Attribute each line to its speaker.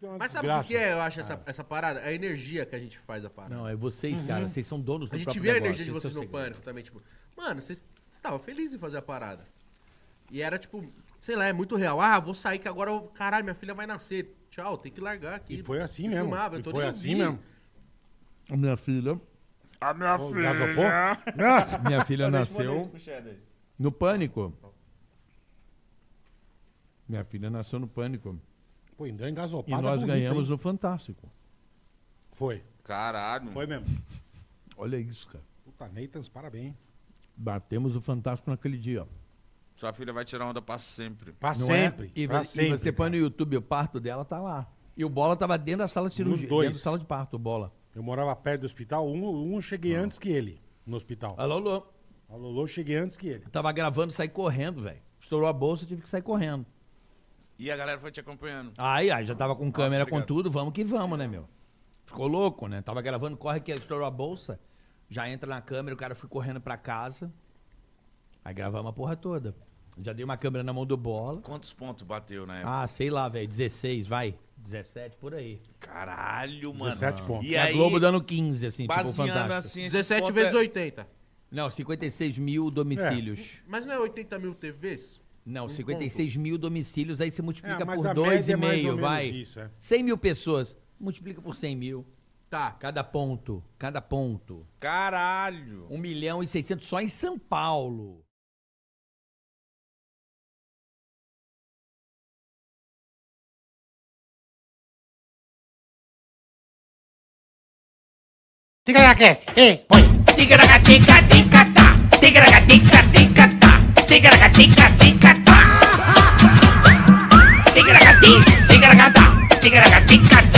Speaker 1: tem uma
Speaker 2: Mas sabe o que
Speaker 1: desgraça.
Speaker 2: que é, eu acho, essa, essa parada? É a energia que a gente faz a parada.
Speaker 3: Não, é vocês, cara. Vocês são donos do
Speaker 2: Uhum. a gente
Speaker 3: próprio
Speaker 2: vê a
Speaker 3: negócio,
Speaker 2: energia de
Speaker 3: esse é
Speaker 2: vocês
Speaker 3: o
Speaker 2: no
Speaker 3: segredo.
Speaker 2: pânico também, tipo, mano, vocês estavam felizes em fazer a parada. E era tipo, sei lá, é muito real. Ah, vou sair que agora, eu- caralho, minha filha vai nascer. Tchau, tem que largar aqui.
Speaker 1: E foi assim
Speaker 2: Eu
Speaker 1: mesmo.
Speaker 2: Filmava,
Speaker 1: e
Speaker 2: eu tô
Speaker 1: foi
Speaker 2: nem
Speaker 1: assim
Speaker 2: vi.
Speaker 1: mesmo.
Speaker 4: A minha filha.
Speaker 5: A minha
Speaker 1: Ô,
Speaker 5: filha.
Speaker 1: gasopou?
Speaker 4: Minha filha
Speaker 6: Deixa eu
Speaker 4: nasceu
Speaker 6: mandar isso pro Shadow aí.
Speaker 4: no pânico. Minha filha nasceu no pânico.
Speaker 1: Pô, ainda é engasopado.
Speaker 2: Ah, tá
Speaker 4: E nós ganhamos no Fantástico.
Speaker 1: Foi.
Speaker 5: Caralho.
Speaker 1: Foi mesmo.
Speaker 4: Olha isso, cara.
Speaker 1: Puta, Neitans, parabéns.
Speaker 4: Batemos o Fantástico naquele dia. ó.
Speaker 5: Sua filha vai tirar onda pra sempre.
Speaker 1: Pra
Speaker 4: Não é?
Speaker 1: sempre.
Speaker 4: E,
Speaker 1: pra
Speaker 4: vo- e
Speaker 1: sempre.
Speaker 4: você põe no YouTube, o parto dela tá lá. E o Bola tava dentro da sala de
Speaker 1: Nos
Speaker 4: cirurgia.
Speaker 1: dois.
Speaker 4: Dentro da sala de parto, o Bola.
Speaker 1: Eu morava perto do hospital, um, um eu cheguei antes que ele no hospital.
Speaker 4: Alô, alô.
Speaker 1: A Lolo eu cheguei antes que ele.
Speaker 4: Eu tava gravando, saí correndo, velho. Estourou a bolsa, eu tive que sair correndo.
Speaker 5: E a galera foi te acompanhando.
Speaker 4: Aí, aí já tava com câmera, com
Speaker 5: obrigado.
Speaker 4: tudo, vamos que vamos, né, meu? Ficou louco, né? Tava gravando, corre que estourou a bolsa, já entra na câmera, o cara foi correndo pra casa. Aí gravamos a porra toda. Já dei uma câmera na mão do bola.
Speaker 5: Quantos pontos bateu na época?
Speaker 4: Ah, sei lá, velho, 16, vai. 17 por aí.
Speaker 5: Caralho, mano.
Speaker 1: 17 pontos.
Speaker 5: E
Speaker 4: a
Speaker 5: aí,
Speaker 4: Globo dando 15, assim, tipo,
Speaker 5: baseando
Speaker 4: fantástico.
Speaker 5: assim... esses
Speaker 2: 17
Speaker 5: pontos
Speaker 2: vezes
Speaker 5: é-
Speaker 2: 80.
Speaker 4: Não, 56 mil domicílios.
Speaker 2: Mas não é 80 mil TVs?
Speaker 4: Não,
Speaker 2: Um
Speaker 4: 56 mil domicílios, aí você multiplica
Speaker 1: É, mas
Speaker 4: por
Speaker 1: a média é mais ou
Speaker 4: 2,5,
Speaker 1: menos
Speaker 4: vai.
Speaker 1: isso, é.
Speaker 4: 100 mil pessoas, multiplica por 100 mil.
Speaker 2: ponto. Tá.
Speaker 4: Cada ponto, cada ponto.
Speaker 5: Caralho.
Speaker 4: 1 milhão e 600 só em São Paulo.
Speaker 7: Ticaracast, ei, põe. Ticaracatica, ticatá. Ticaracatica, ticatá. Ticaracatica, ticatá. Ticaracatica, ticaracatá. Ticaracatica,